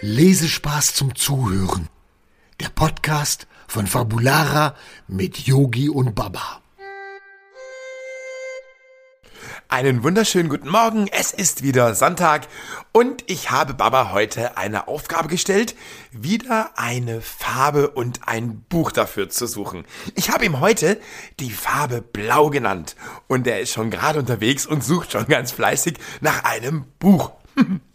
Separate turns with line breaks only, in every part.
Lesespaß zum Zuhören. Der Podcast von Fabulara mit Yogi und Baba.
Einen wunderschönen guten Morgen. Es ist wieder Sonntag und ich habe Baba heute eine Aufgabe gestellt, wieder eine Farbe und ein Buch dafür zu suchen. Ich habe ihm heute die Farbe Blau genannt und er ist schon gerade unterwegs und sucht schon ganz fleißig nach einem Buch.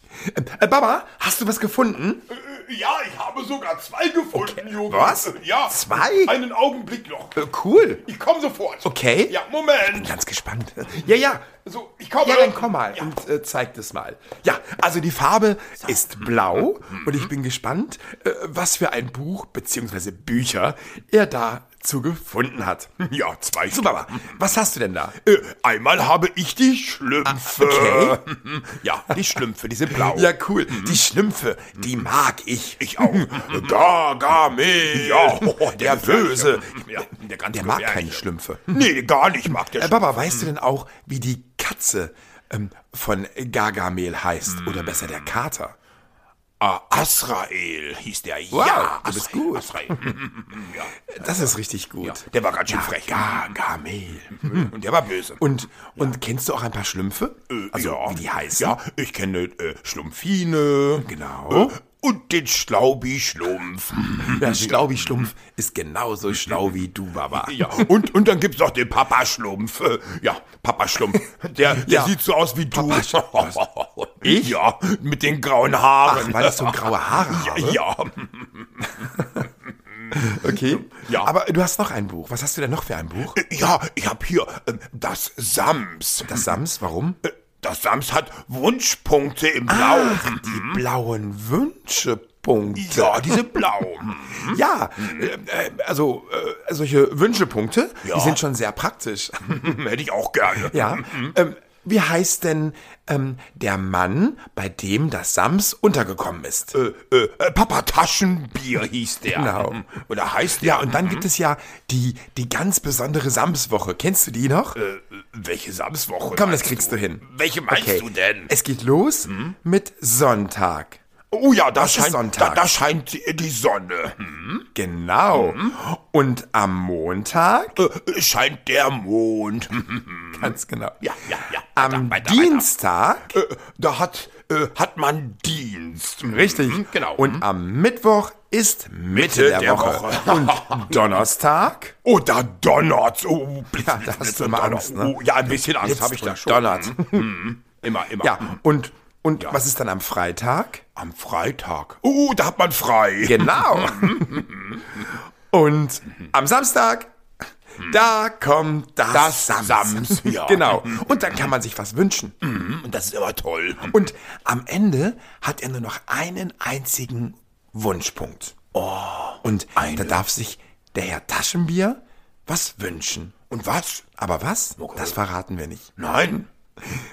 Äh, Baba, hast du was gefunden?
Äh, Ja, ich habe sogar zwei gefunden, Jogi.
was?
Äh, Ja.
Zwei?
Einen Augenblick noch.
Äh, Cool.
Ich komme sofort.
Okay.
Ja,
Bin
Moment.
ganz gespannt. Ja, ja.
So, ich komme.
Ja, dann komm mal
Ja.
und äh, zeig das mal. Ja, also die Farbe ist blau
Mhm.
und ich bin gespannt, äh, was für ein Buch bzw. Bücher er dazu gefunden hat.
Ja, zwei.
Super, Baba. Was hast du denn da?
Äh, einmal habe ich die Schlümpfe.
Ah,
Ja, die Schlümpfe, die sind blau. Mhm.
Ja, cool. Die Schlümpfe, die mag ich.
Ich auch. Gargamel. Oh,
Ja,
der Böse. Ja, der ganz
Der mag
gefährliche.
keine Schlümpfe.
Nee, gar nicht mag Mhm. der
Äh, Baba, weißt du denn auch, wie die Katze ähm, von Gargamel heißt? Oder
Mhm.
besser der Kater?
Ah, Asrael hieß der.
Wow,
ja,
du bist
Azrael,
gut.
Azrael.
Das ist richtig gut.
Der war ganz schön frech. Mhm.
Gargamel.
Und der war böse. Äh,
Und, und kennst du auch ein paar Schlümpfe? also,
ja.
wie die heißen?
Ja, ich kenne äh, Schlumpfine.
Genau.
Äh, und den Schlaubi-Schlumpf.
Ja, Schlaubi-Schlumpf ist genauso schlau wie du, Baba.
Ja, und, und dann gibt's noch den Papa-Schlumpf. Äh, Ja, Papa-Schlumpf. Der, der
Ja.
sieht so aus wie du.
Papa-Schlumpf.
ich? Ja, mit den grauen Haaren.
Ach, weil ich so graue Haare habe.
ja,
Okay.
Ja.
Aber du hast noch ein Buch. Was hast du denn noch für ein Buch?
ja, ich habe hier ähm, das Sams.
Das Sams, warum?
Äh, Das Sams hat Wunschpunkte im Blau.
die blauen Wünschepunkte.
mhm. Ja, die sind blau.
Ja, äh, äh, also äh, solche Wünschepunkte,
Ja.
die sind schon sehr praktisch.
Hm, Hätte ich auch gerne.
Ja. ähm, wie heißt denn ähm, der Mann, bei dem das Sams untergekommen ist?
Äh, äh, äh, Papa Taschenbier hieß der.
Genau.
Oder heißt der?
Ja, und dann
Mhm.
gibt es ja die, die ganz besondere Samswoche. Kennst du die noch?
Äh, welche Samswoche?
Komm, das
meinst
kriegst
du
du hin.
Welche meinst
Okay.
du denn? Mhm.
Es geht los mit Sonntag.
oh ja, da
ist
scheint,
Sonntag.
Da, da scheint die die Sonne. Hm?
Genau. Und am Montag?
Mhm. Äh, scheint der Mond.
Ganz genau.
Ja, ja, ja.
Am
Weiter, weiter,
Dienstag? Mhm.
Äh, da hat, äh, hat man Dienst. Hm,
Richtig.
Genau.
Und am Mittwoch ist Mitte,
Mitte
der,
der
Woche.
Woche.
Und Donnerstag?
oh, da donnert's. Oh, Blitz,
Ja,
Blitz,
da hast
Blitz
du
und
immer
Donner.
Angst, ne?
Oh, ja, ein bisschen Angst habe ich da
und
schon. Hm,
Donnert.
Immer, immer.
Ja, und, und was ist dann am Freitag?
Am Freitag. Oh, da hat man frei.
Genau. Und am Samstag, da kommt das,
Das
Sams.
Sams, ja.
Genau. Und dann kann man sich was wünschen.
Hm, Und das ist immer toll.
Und am Ende hat er nur noch einen einzigen Wunschpunkt. Oh. Und da darf sich der Herr Taschenbier was wünschen.
Und was?
Aber was? Das verraten wir nicht.
Nein.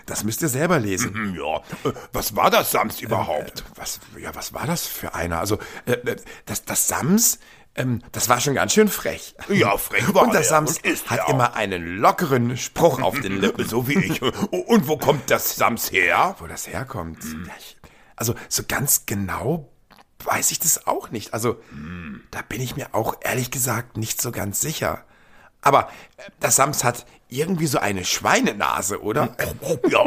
Das müsst ihr selber lesen.
Hm, Ja, Äh, was war das Sams
Äh,
überhaupt?
Was, ja, was war das für einer? Also, äh, äh, das, das Sams, ähm, das war schon ganz schön frech.
Ja, frech war
Und das
er
äh, Sams
und ist er
hat
auch.
immer einen lockeren Spruch auf den Lippen.
So wie ich. Und wo kommt das Sams her?
Wo das herkommt.
Mhm.
Ja, ich- Also, so ganz genau weiß ich das auch nicht. Also,
Mhm.
da bin ich mir auch ehrlich gesagt nicht so ganz sicher. Aber äh, das Sams hat irgendwie so eine Schweinenase, oder?
Oh, ja,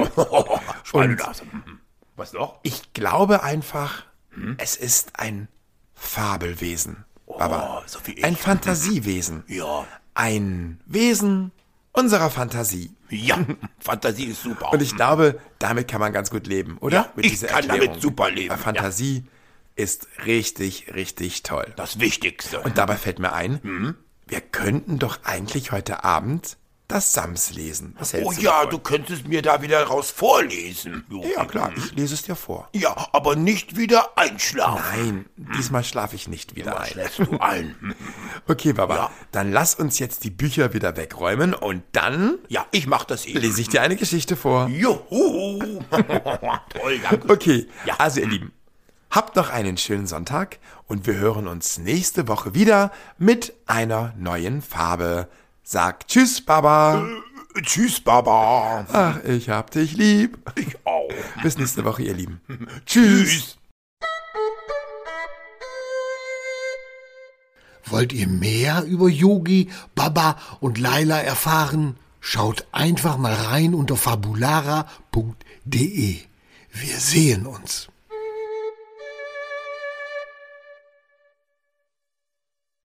Schweinenase. Hm. Was noch?
Ich glaube einfach,
Hm?
es ist ein Fabelwesen. Baba.
Oh, so wie ich.
Ein Fantasiewesen.
Ja.
Ein Wesen unserer Fantasie.
Ja, Fantasie ist super.
Und ich glaube, damit kann man ganz gut leben, oder?
Hm. Ja, ich kann damit super leben,
Äh, Fantasie ist richtig, richtig toll.
das Wichtigste.
Und dabei fällt mir ein,
Hm?
wir könnten doch eigentlich heute Abend das Sams lesen. Was hältst
oh
du
ja,
davon?
du könntest mir da wieder raus vorlesen. Jo.
Ja, klar, ich lese es dir vor.
Ja, Hm. aber nicht wieder einschlafen.
Nein, diesmal schlafe ich nicht wieder
Was
ein.
schläfst du ein? Hm.
Okay, Baba,
Ja.
dann lass uns jetzt die Bücher wieder wegräumen und dann
Ja, ich mach das eben.
lese ich dir eine Geschichte vor.
Juhu. Toll, danke.
Okay,
Ja.
also ihr Lieben, habt noch einen schönen Sonntag und wir hören uns nächste Woche wieder mit einer neuen Farbe. Sag Tschüss, Baba.
Äh. Tschüss, Baba.
Ach, ich hab dich lieb.
Ich auch.
Bis nächste Woche, ihr Lieben. Tschüss.
Wollt ihr mehr über Yogi, Baba und Laila erfahren? Schaut einfach mal rein unter fabulara.de. Wir sehen uns.